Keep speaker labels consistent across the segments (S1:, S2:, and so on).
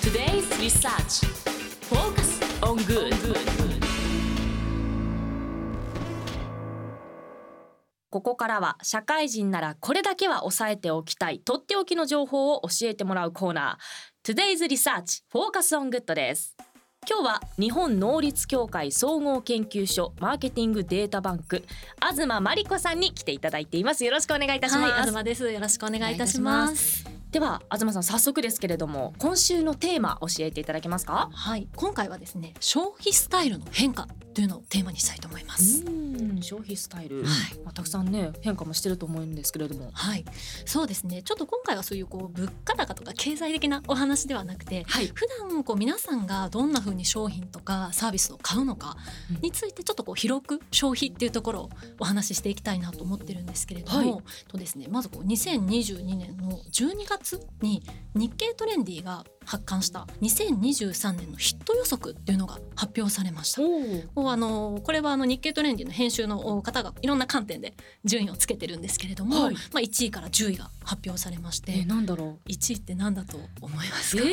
S1: Today's Research Focus on Good ここからは社会人ならこれだけは押さえておきたいとっておきの情報を教えてもらうコーナー Today's Research Focus on Good です今日は日本能率協会総合研究所マーケティングデータバンク東真理子さんに来ていただいていますよろしくお願いいたします、
S2: はい、東です。よろしくお願いいたします。
S1: では東さん早速ですけれども今週のテーマ教えていただけますか
S2: はい、今回はですね、消費スタイルの変化というのをテーマにしたいと思います。
S1: うん消費スタイル、
S2: はい。
S1: まあ、たくさんね変化もしてると思うんですけれども
S2: はい、そうですねちょっと今回はそういうこう物価高とか経済的なお話ではなくて
S1: はい
S2: 普段こう皆さんがどんな風に商品とかサービスを買うのかについてちょっとこう広く消費っていうところをお話ししていきたいなと思ってるんですけれども、
S1: はい
S2: とですねまずこう2022年の12月に日経トレンディが発刊した2023年のヒット予測っていうのが発表されました。こうあのこれはあの日経トレンディの編集の方がいろんな観点で順位をつけてるんですけれども、
S1: はい
S2: まあ、1位から10位が発表されまし
S1: え
S2: て
S1: なんだろう
S2: 1位って何だと思いますか、
S1: え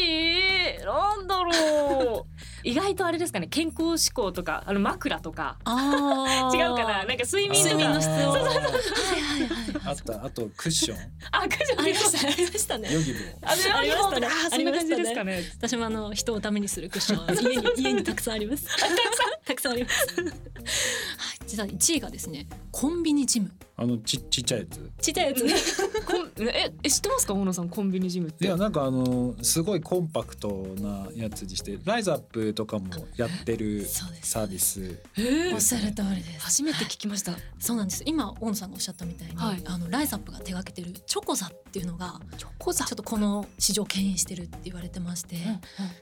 S1: 一位なんだろう 意外とあれですかね健康志向とかあの枕とか
S2: あ
S1: 違
S2: ー
S1: うかななんか睡眠
S2: 睡
S1: と
S2: 眠
S1: か
S2: の質を
S1: そうそう
S2: はいはいはい
S3: あ ったあとクッション
S1: あクジョ
S2: あ
S1: ン
S2: り
S1: で
S2: まし
S1: す
S2: たありましたね
S3: ヨギボー
S1: あの
S2: ありましたね
S1: あそんな感じですかね
S2: 私もあの人をためにするクッションは家に家にたくさんありますたくさんありますはい実は1位がですねコンビニジム
S3: あのちちっちゃいやつ
S2: ちっちゃいやつね
S1: こんええ知ってますか大野さんコンビニジムっ
S3: い
S1: て
S3: やなんかあのすごいコンパクトなやつにしてライズアップとかもやってる
S2: そうです
S3: サービス
S1: えー
S2: おっしゃる通りです
S1: 初めて聞きました
S2: そうなんです今大野さんがおっしゃったみたいに、
S1: はい
S2: あのライザップが手掛けてるチョコザっていうのが
S1: チョコザ
S2: ちょっとこの市場を牽引してるって言われてまして、
S1: うんうん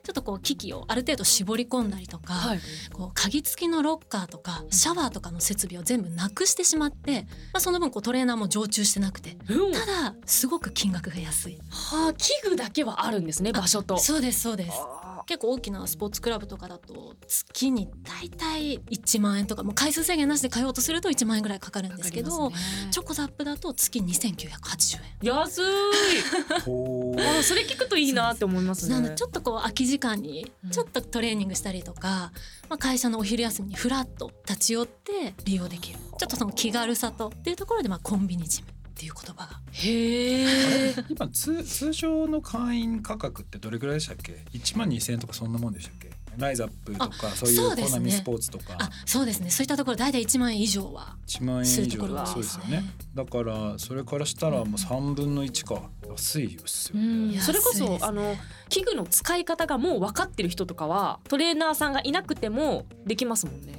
S2: ちょっとこう機器をある程度絞り込んだりとか、
S1: はい
S2: こう鍵付きのロッカーとかシャワーとかの設備を全部なくしてしまって、まあ、その分こうトレーナーも常駐してなくて
S1: うん
S2: ただすごく金額が安い
S1: はあ、器具だけはあるんですね、場所と。
S2: そうですそうです
S1: あ
S2: 結構大きなスポーツクラブとかだと月に大体1万円とかもう回数制限なしで通おうとすると1万円ぐらいかかるん
S1: ー
S2: ですけど、
S1: かかりますね
S2: チョコザップだと月2980円
S1: 安い。
S3: ほう
S1: あ、それ聞くといいなって思いますね。
S2: なのでちょっとこう空き時間に
S1: うん
S2: ちょっとトレーニングしたりとか、まあ、会社のお昼休みにふらっと立ち寄って利用できるちょっとその気軽さとっていうところでまあコンビニジムっていう言葉が
S1: へえ。
S3: 今通通常の会員価格ってどれぐらいでしたっけ1万2,000円とかそんなもんでしたっけライズアップとかそうい
S2: そう
S3: う
S2: ですね
S3: コナミスポーツと
S2: あ
S3: か
S2: そうですねそういったところ大体1万円以上は
S3: 1万円
S2: する
S3: 以
S2: ところ
S3: 上
S2: は
S3: そうですよねだからそれからしたらもう3分の1か安いよっすよ
S1: う
S3: ね、
S1: ん、
S2: 安い
S1: それこそ、
S2: ですね
S1: あの器具の使い方がもう分かってる人とかはトレーナーさんがいなくてもできますもんね。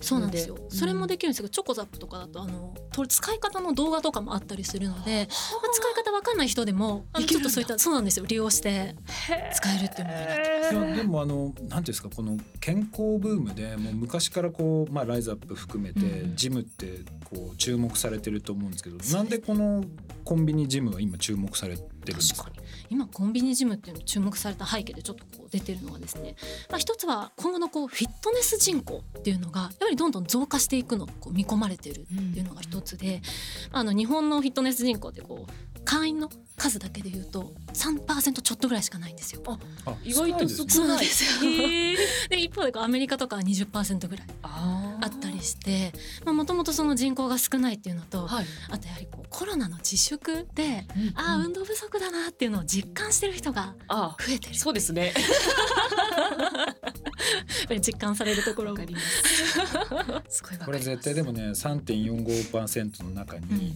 S2: そうなんですよ
S1: なので
S2: それもできるんですけどチョコザップとかだとあのと使い方の動画とかもあったりするので、まあ、使い方わかんない人でもあの
S1: でき
S2: ち
S1: る
S2: ょ
S1: んだ
S2: っとそういったそうなんですよ利用して使えるっていうものになって
S3: いやでもあのなんていうんですかこの健康ブームでもう昔からこう、まあ、ライズアップ含めて
S2: うん
S3: ジムってこう注目されてると思うんですけど、
S2: す
S3: なんでこのコンビニジムは今注目されてるんですか
S2: 確かに今コンビニジムっていうのに注目された背景でちょっとこう出てるのはですね、まあ、一つは今後のこうフィットネス人口っていうのがやはりどんどん増加していくのがこう見込まれてるっていうのが一つで、あの日本のフィットネス人口ってこう会員の数だけでいうと3%ちょっとぐらいしかないんですよ。
S3: あ
S1: 意外と
S3: 少ないですね
S2: そう
S1: 少
S2: なん
S1: ない
S2: ですよ
S1: へえ。
S2: で一方でこうアメリカとかは20%ぐらい
S1: あー
S2: あったり。してもともとその人口が少ないっていうのと
S1: はい。
S2: あとやはりこうコロナの自粛でああ
S1: うん
S2: 運動不足だなっていうのを実感してる人が
S1: あ
S2: 増えてる
S1: そうですね。
S2: 実感されるところ
S1: わ
S2: が
S1: かります。すごいわかります。
S3: これ絶対でもね3.45%の中に、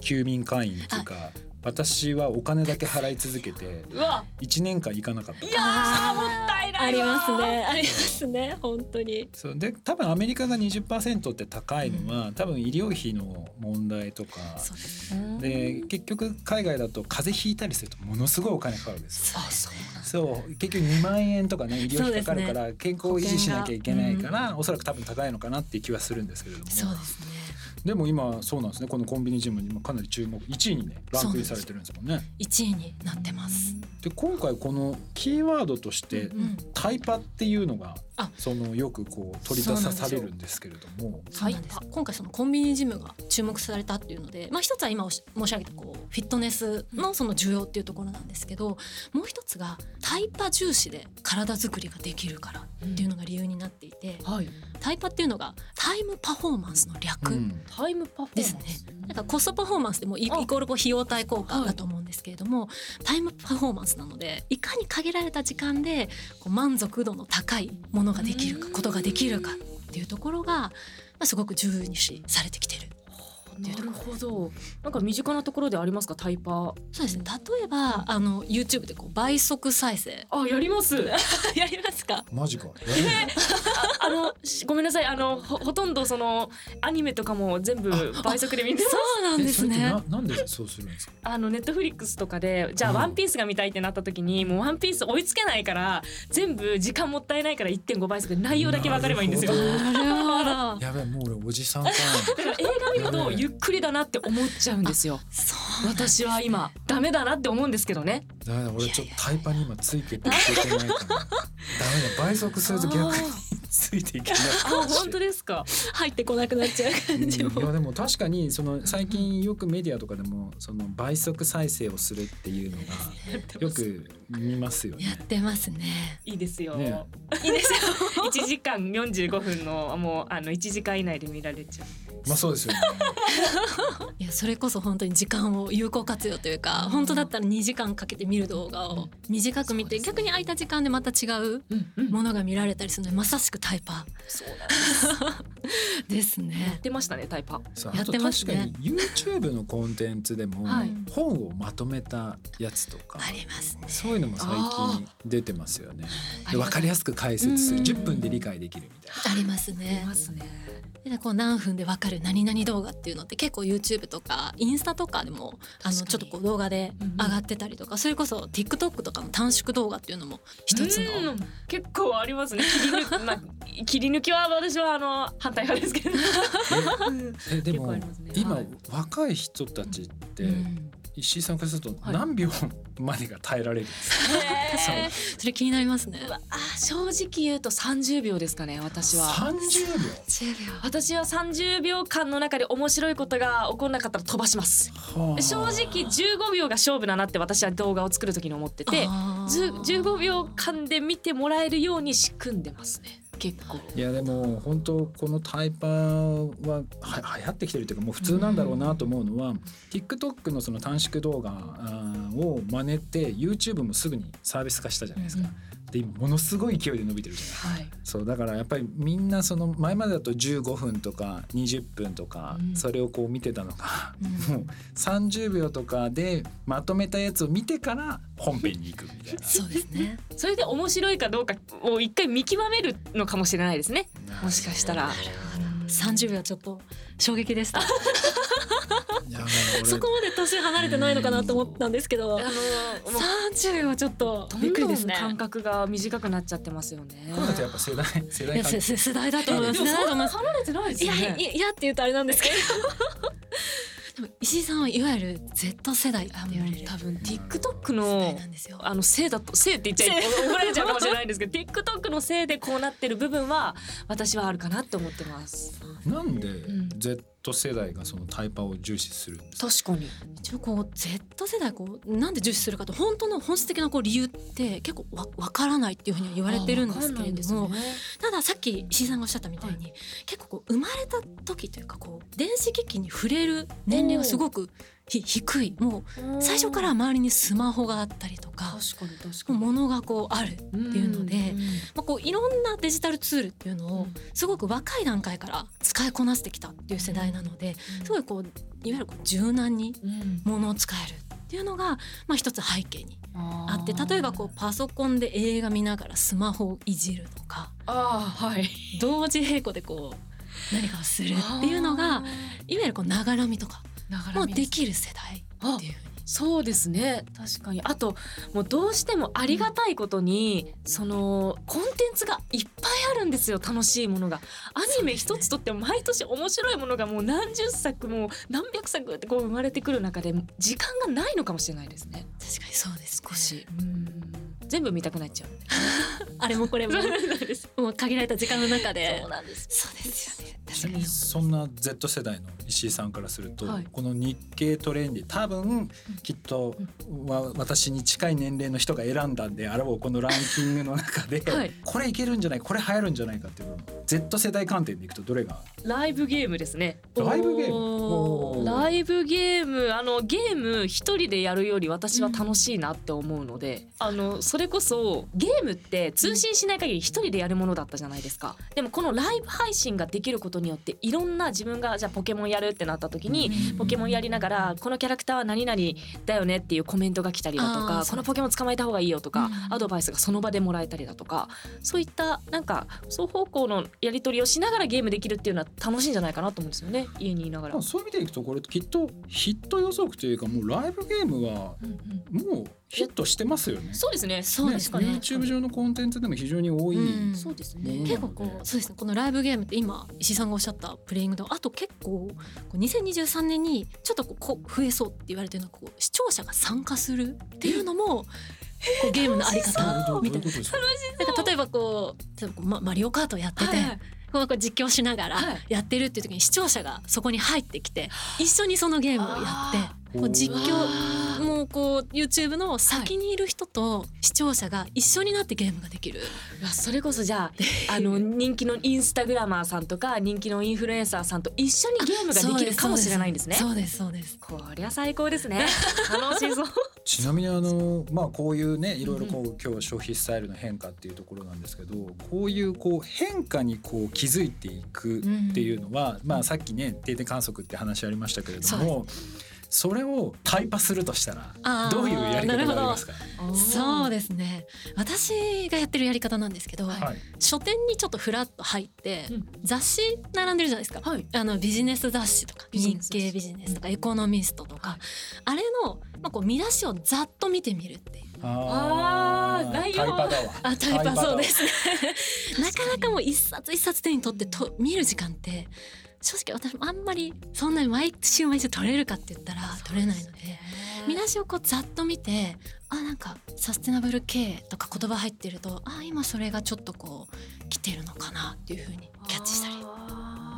S3: 休眠会員っていうか私はお金だけ払い続けて
S1: うわ。
S3: 1年間行かなかった
S1: いやーもったいないわー
S2: ありますね本当に
S3: そうで多分アメリカが20%って高いのは、多分医療費の問題とか
S2: そうです
S3: で結局海外だと風邪ひいたりするとものすごいお金かかるんですよ。
S1: あそう
S3: そう結局2万円とかね医療費かかるから健康を維持しなきゃいけない
S2: 保
S3: か
S2: 険
S3: ら、おそらく多分高いのかなっていう気はするんですけれども
S2: そうですね
S3: でも今そうなんですねこのコンビニジムにもかなり注目1位にねランクインされてるんですもんね。
S2: 1位になってます。
S3: で今回このキーワードとして、
S1: うん
S2: うん、
S3: タイパっていうのが
S2: あ
S3: そのよくこう取り出さされるんですけれども
S2: そうなんです
S1: タイ
S2: 今回そのコンビニジムが注目されたっていうので、まあ、一つは今おし申し上げたこうフィットネスのその需要っていうところなんですけどもう一つがタイパ重視で体作りができるからっていうのが理由になっていて
S1: はい。
S2: タイパっていうのがタイムパフォーマンスの略。
S3: うん
S1: タイムパフォーマンス。
S2: なんかコストパフォーマンスでもイイ
S1: あ
S2: コールこう費用対効果だと思うんですけれども、タイムパフォーマンスなのでいかに限られた時間でこう満足度の高いものができるか
S1: うん
S2: ことができるかっていうところが、まあ、すごく重視されてきてる。
S1: なるほど。なんか身近なところでありますかタイパ。
S2: そうですね例えばあの YouTube でこう倍速再生
S1: あやります。
S2: やりますか
S3: マジかやるの
S1: あのしごめんなさいあのほほとんどそのアニメとかも全部倍速で見てます。
S2: そうなん
S3: え
S2: で
S3: そ
S2: す
S3: れって
S2: ね
S3: ななんでそうするんですか
S1: あのネットフリックスとかでじゃあ
S3: うん
S1: ワンピースが見たいってなった時にもうワンピース追いつけないから全部時間もったいないから1.5倍速で内容だけ分かればいいんですよ。
S3: なる
S2: なるほど
S3: やべえもう俺おじさんか
S1: だから映画見るとゆっくりだなって思っちゃうんですよ。
S2: そう
S1: 私は今ダメだなって思うんですけどね。
S3: なだめだ俺ちょっとタイパに今ついてっていけないかもダメだ倍速すると逆についていけない
S1: あ本当ですか。
S2: 入ってこなくなっちゃう
S3: うん
S2: 感
S3: い
S2: じも、
S3: やでも確かにその最近よくメディアとかでもその倍速再生をするっていうのがよく見ますよね
S2: や。ってますね
S1: いいですよ。
S3: ね
S1: いいですよ。一時間45分のもうあの一時間以内で見られちゃう。
S3: まあそうですよね。
S2: いやそれこそ本当に時間を有効活用というか、
S1: うん
S2: 本当だったら2時間かけて見る動画
S1: う
S2: を
S1: ん
S2: 短く見て、
S3: そうですね
S2: 逆に空いた時間でまた違う
S1: うんうん
S2: ものが見られたりするのでまさしくタイパ
S1: そうだ。
S2: です
S1: やっ
S2: ね。
S1: てましたねタイパ。
S3: そう
S2: や
S3: あ
S2: っ
S3: と
S2: てます
S3: 確か
S2: ね
S3: に YouTube のコンテンツでも
S1: はい
S3: 本をまとめたやつとか
S2: ありますね。
S3: そういうのも最近出てますよね。でわかりやすく解説す
S1: う
S3: る
S1: ん
S3: 10分で理解できるみたい
S2: あります
S1: い
S2: ね。
S1: ますね。
S2: でこう何分でわかる何々動画っていうのって結構 YouTube とかインスタとかでもあの
S1: 確かに
S2: ちょっとこう動画で
S1: うんうん
S2: 上がってたりとか、それこそ TikTok とかの短縮動画っていうのも一つの
S1: うん結構ありますね。切り抜き、ま あ、切り抜きは私はあの反対派ですけど。
S3: な。えで
S1: 結構
S3: も
S1: ありますねは
S3: 今
S1: い
S3: 若い人たちって
S2: うん
S3: 石井さんからすると
S1: はい
S3: 何秒までが耐えられるんですか。
S1: へー
S2: それ気になりますね
S1: う。わあ正直言うと30秒ですかね私は。
S3: 30秒。
S1: 私は30秒間の中で面白いことが起こらなかったら飛ばします。
S3: はあ
S1: 正直15秒が勝負だなって私は動画を作る時に思ってて。
S2: あ
S1: じゅ
S2: ー
S1: 15秒間で見てもらえるように仕組んでますね結構
S3: いやでも本当このタイパはは流行ってきてるというかもう普通なんだろうなと思うのは、TikTok のその短縮動画あーを真似て YouTube もすぐにサービス化したじゃないですか。で今ものすごい勢いで伸びてるじゃない
S1: はい
S3: そうだからやっぱりみんなその前までだと15分とか20分とか
S1: うん
S3: それをこう見てたのが、
S2: うん
S3: もう30秒とかでまとめたやつを見てから本編に行くみたい
S2: そうですね。
S1: それで面白いかどうかを一回見極めるのかもしれないですね
S3: な。
S1: もしかしたら
S3: い
S2: 三十秒はちょっと衝撃でした。
S3: やもう俺
S2: そこまで年離れてないのかなと思ったんですけど
S1: あ、のもう
S2: 三十秒はちょっと
S1: ど
S2: びっ
S1: ん
S2: くり
S1: ど
S2: で
S1: ん
S2: すね。
S1: 感覚が短くなっちゃってますよね
S3: こういうのってやっぱ世代世
S2: い
S3: 代
S2: や
S3: 間
S2: せせ世代だと思います。
S1: でも
S2: 世代だと思います。
S1: 離れてない
S2: いやいやいやって言うとあれなんですけど。でも石井さんはいわゆる Z 世代って
S1: あ
S2: 言わ
S1: も
S2: れ
S1: う
S2: る世
S1: 多分 TikTok
S2: 代
S1: の
S2: なんですよ。
S1: あのせいだとせいって言っちゃい怒られちゃうかもしれないんですけど TikTok のせいでこうなってる部分は私はあるかなって思ってます
S3: なんで
S1: ん
S3: Z 世代がそのタイパを重視するんですか、
S1: 確かに
S2: 一応こう Z 世代こうなんで重視するかと本当の本質的なこう理由って結構わわからないっていうふうには言われてるんですけれども、たださっき石井さんがおっしゃったみたいに、結構こう生まれた時というかこう電子機器に触れる年齢がすごくひ低いもう最初から周りにスマホがあったりとか
S1: 確かに確か
S2: もう
S1: に
S2: 物がこうある、
S1: って
S2: いうのでまあ、こういろんなデジタルツールっていうの
S1: う
S2: を
S1: ん
S2: すごく若い段階から使いこなしてきたっていう世代なのですごいこういわゆるこう柔軟に物を使えるっていうのが、まあ、一つ背景にあって例えばこうパソコンで映画見ながらスマホをいじるとか。
S1: あーはい
S2: 同時並行でこう何かをするっていうのがいわゆるこうながらみとかもできる世代っていうふうに
S1: そうですね確かにあともうどうしてもありがたいことに、そのコンテンツがいっぱいあるんですよ楽しいものがアニメ一つとっても毎年面白いものがもう何十作もう何百作ってこう生まれてくる中で時間がないのかもしれないですね
S2: 確かにそうです少し
S1: うん全部見たくなっちゃう
S2: あれもこれも
S1: です
S2: もう限られた時間の中で
S1: そうなんです
S2: そうですよね確
S3: ち
S2: か
S3: なみ
S2: に
S3: にそんな Z 世代の石井さんからすると、
S1: はい
S3: この日経トレンディ多分きっとわ私に近い年齢の人が選んだんであろうこのランキングの中で、
S1: はい
S3: これいけるんじゃないこれ流行るんじゃないかっていうの Z 世代観点でいくとどれが
S1: ライブゲームですね
S3: ライブゲーム
S2: おー
S3: おー
S1: ライブゲームあのゲーム一人でやるより私は楽しいなって思うので、あのそれこそゲームって通信しない限り一人でやるものだったじゃないですかでもこのライブ配信ができることによっていろんな自分がじゃあポケモンやるってなった時に、
S2: うん
S1: ポケモンやりながらこのキャラクターは何々だよねっていうコメントが来たりだと
S2: あ
S1: か
S2: ーそう
S1: このポケモン捕まえた方がいいよとか、
S2: うん
S1: アドバイスがその場でもらえたりだとかそういったなんか双方向のやり取りをしながらゲームできるっていうのは楽しいんじゃないかなと思うんですよね家にいながら。
S3: まあそういう意味でいくとこれきっとヒット予測というかもうライブゲームは
S1: うんうん
S3: もうヒットしてますよね。
S1: そうですね。
S2: そうですね
S3: ね YouTube 上のコンテンツでも非常に多い、
S2: うん
S1: そうです
S3: うん
S1: ね。
S2: 結構こうそうですねこのライブゲームって今石井さんがおっしゃったプレイングとあと結構こう2023年にちょっとこうこう増えそうって言われてるのがこう視聴者が参加するっていうのもこうゲームのあり
S3: ど
S2: 方
S3: うどう
S2: み
S3: どうい
S2: た
S3: う
S2: いな
S3: ことですか
S2: なんか例えばこう例えばこうママリオカートをやってて。
S1: はい
S2: こうこう実況しながら
S1: はい
S2: やってるっていう時に視聴者がそこに入ってきて一緒にそのゲームをや
S1: あ
S2: ってこう実況もうこう YouTube の先にいる人と視聴者が一緒になってゲームができる
S1: いやそれこそじゃ ああの人気のインスタグラマーさんとか人気のインフルエンサーさんと一緒にゲームができるかもしれないんですね。
S2: そうですそうです
S1: こりゃ最高ですね。楽しそう。
S3: ちなみにあのまあこういうねいろいろこ
S1: う
S3: う今日消費スタイルの変化っていうところなんですけどこういうこう変化にこう気づいていくっていうのは、まあさっきね定点観測って話ありましたけれどもそれをタイパするとした
S2: あー
S3: らどういうやり方がありますか
S2: そう
S1: で
S2: ですね私がやってるやり方なんですけど、
S3: はい
S2: 書店にちょっとフラッと入って、
S1: うん
S2: 雑誌並んでるじゃないですか、
S1: はい
S2: あのビジネス雑誌とか
S1: ビジ
S2: 日
S1: ネス雑誌
S2: 経ビジネスとかエコノミストとか、
S1: はい
S2: あれの、まあ、こう見出しをざっと見てみるっていう。
S1: あー
S3: ー
S1: 内容
S3: タイパだわ
S2: あタイ
S3: タ
S2: パ
S3: イパだ
S2: そうですねなかなかもう一冊一冊手に取ってと見る時間って正直私もあんまりそんなに毎週毎週取れるかって言ったら取れないので見出しをこうざっと見てあなんかサステナブル系とか言葉入ってるとあ今それがちょっとこう来てるのかなっていう風にキャッチしたり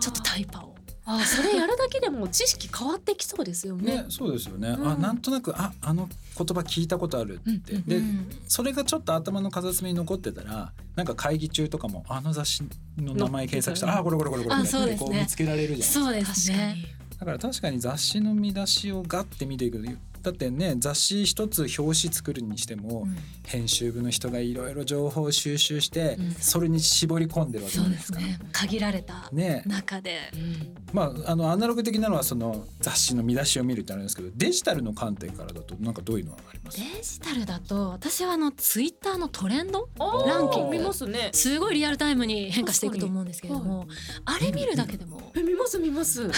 S2: ちょっとタイパを
S1: あーそれやるだけでも知識変わってきそうですよね
S3: ね。そうですよね、
S1: うん
S3: あなんとなくああの言葉聞いたことあるって、
S1: うん
S3: で、
S2: うん
S3: それがちょっと頭の片隅に残ってたらなんか会議中とかもあの雑誌の名前検索したら
S1: の
S3: あこれこれこれこれ
S2: あ
S3: これ
S2: そうですね
S3: こう見つけられるじゃん
S2: そうですね。
S3: だから確かに雑誌の見出しをガッて見ていくだってね雑誌一つ表紙作るにしても、
S2: うん
S3: 編集部の人がいろいろ情報を収集して、
S1: うん
S3: それに絞り込んでるわけじ
S2: そ
S3: ゃ
S2: う
S3: な
S2: で
S3: いです
S2: す
S3: か。
S2: ね限られた
S3: ね
S2: 中で
S1: うん
S3: まあ、あのアナログ的なのはその雑誌の見出しを見るってあるんですけどデジタルの観点からだとなんかどういうのがあります
S2: デジタルだと私はあのツイッターのトレンド
S1: あー
S2: ランキン
S1: 見
S2: グ
S1: ますね。
S2: すごいリアルタイムに変化していくと思うんですけれども、あれ見るだけでも、
S1: え見ます見 ます。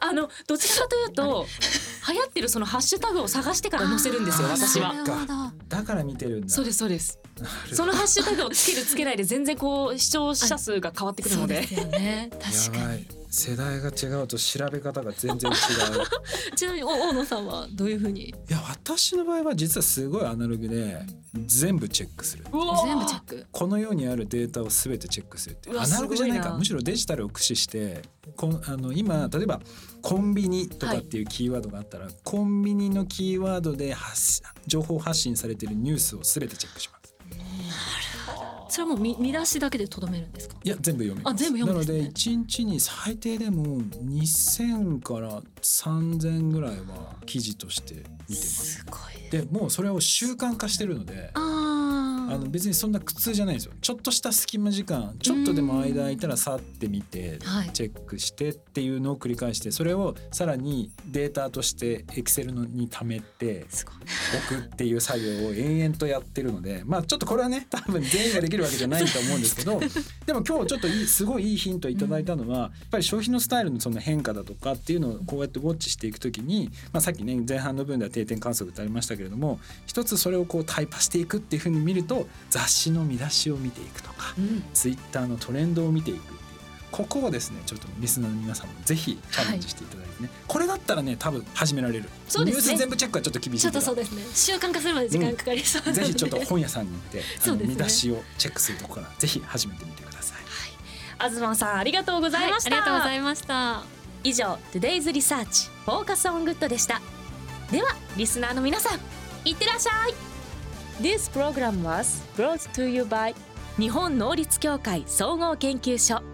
S1: あのどちらかというと流行ってるそのハッシュタグを探してから載せるんですよ
S2: あー
S1: 私は。
S2: なるほど
S3: だから見てるんだ
S1: そうですそうです。
S3: なる
S1: そのハッシュタグをつけるつけないで全然こう視聴者数が変わってくる
S2: そ
S1: の
S2: うで。
S1: です
S2: よね
S3: や
S2: 確か
S3: ば
S2: に
S3: い世代が違うと調べ方が全然違う
S2: ちなみにお大野さんはどういうふうに
S3: いや私の場合は実はすごいアナログで全部チェックする
S2: 全部チェッ
S1: ク。
S2: ク
S3: この世にあるデータを全てチェックするっていう
S1: うわ
S3: アナログじゃな
S1: す
S3: い
S1: ごい
S3: か
S1: な
S3: むしろデジタルを駆使してこんあの今例えば「コンビニ」とかっていうキーワードがあったら、コンビニのキーワードで発し情報発信されているニュースを全てチェックします。
S2: それはもう見見出しだけでとどめるんですか
S3: いや全部読みます
S2: あ全部読むんですね
S3: なので一日に最低でも2,000から3,000ぐらいは記事として見てます。
S2: すごいね
S3: でもうそれを習慣化してるのであ
S2: あー
S3: あの別にそんな苦痛じゃないんですよちょっとした隙間時間ちょっとでも間空いたらさって見て
S2: はい
S3: チェックしてっていうのを繰り返してそれをさらにデータとしてエクセルに貯めて
S2: すごい
S3: 置くっていう作業を延々とやってるのでまあちょっとこれはね多分全員ができるわけじゃないと思うんです けどでも今日ちょっといいすごいいいヒントいただいたのはやっぱり消費のスタイルのその変化だとかっていうのをこうやってウォッチしていくときに、まあ、さっきね前半の分では定点観測ってありましたけれども一つそれをこうタイパしていくっていうふうに見ると雑誌の見出しを見ていくとか
S1: うん
S3: ツイッターのトレンドを見ていくっていうここをですねちょっとリスナーの皆さんもぜひチャレンジしていただいてね、これだったらね多分始められる
S2: そうですね
S3: ニュース全部チェックはちょっと厳しい
S2: ちょ
S3: け
S2: っ
S3: ど
S2: とそうですね習慣化するまで時間かかりそうなので、
S3: ぜひちょっと本屋さんに行って、あ
S2: そう
S3: の
S2: ですね
S3: 見出しをチェックするとこからぜひ始めてみてください。
S1: 東さんありがとうございました、
S2: はいありがとう ございました
S1: 以上 Today's Research Focus on Good でしたではリスナーの皆さんいってらっしゃい This program was brought to you by 日本能力協会総合研究所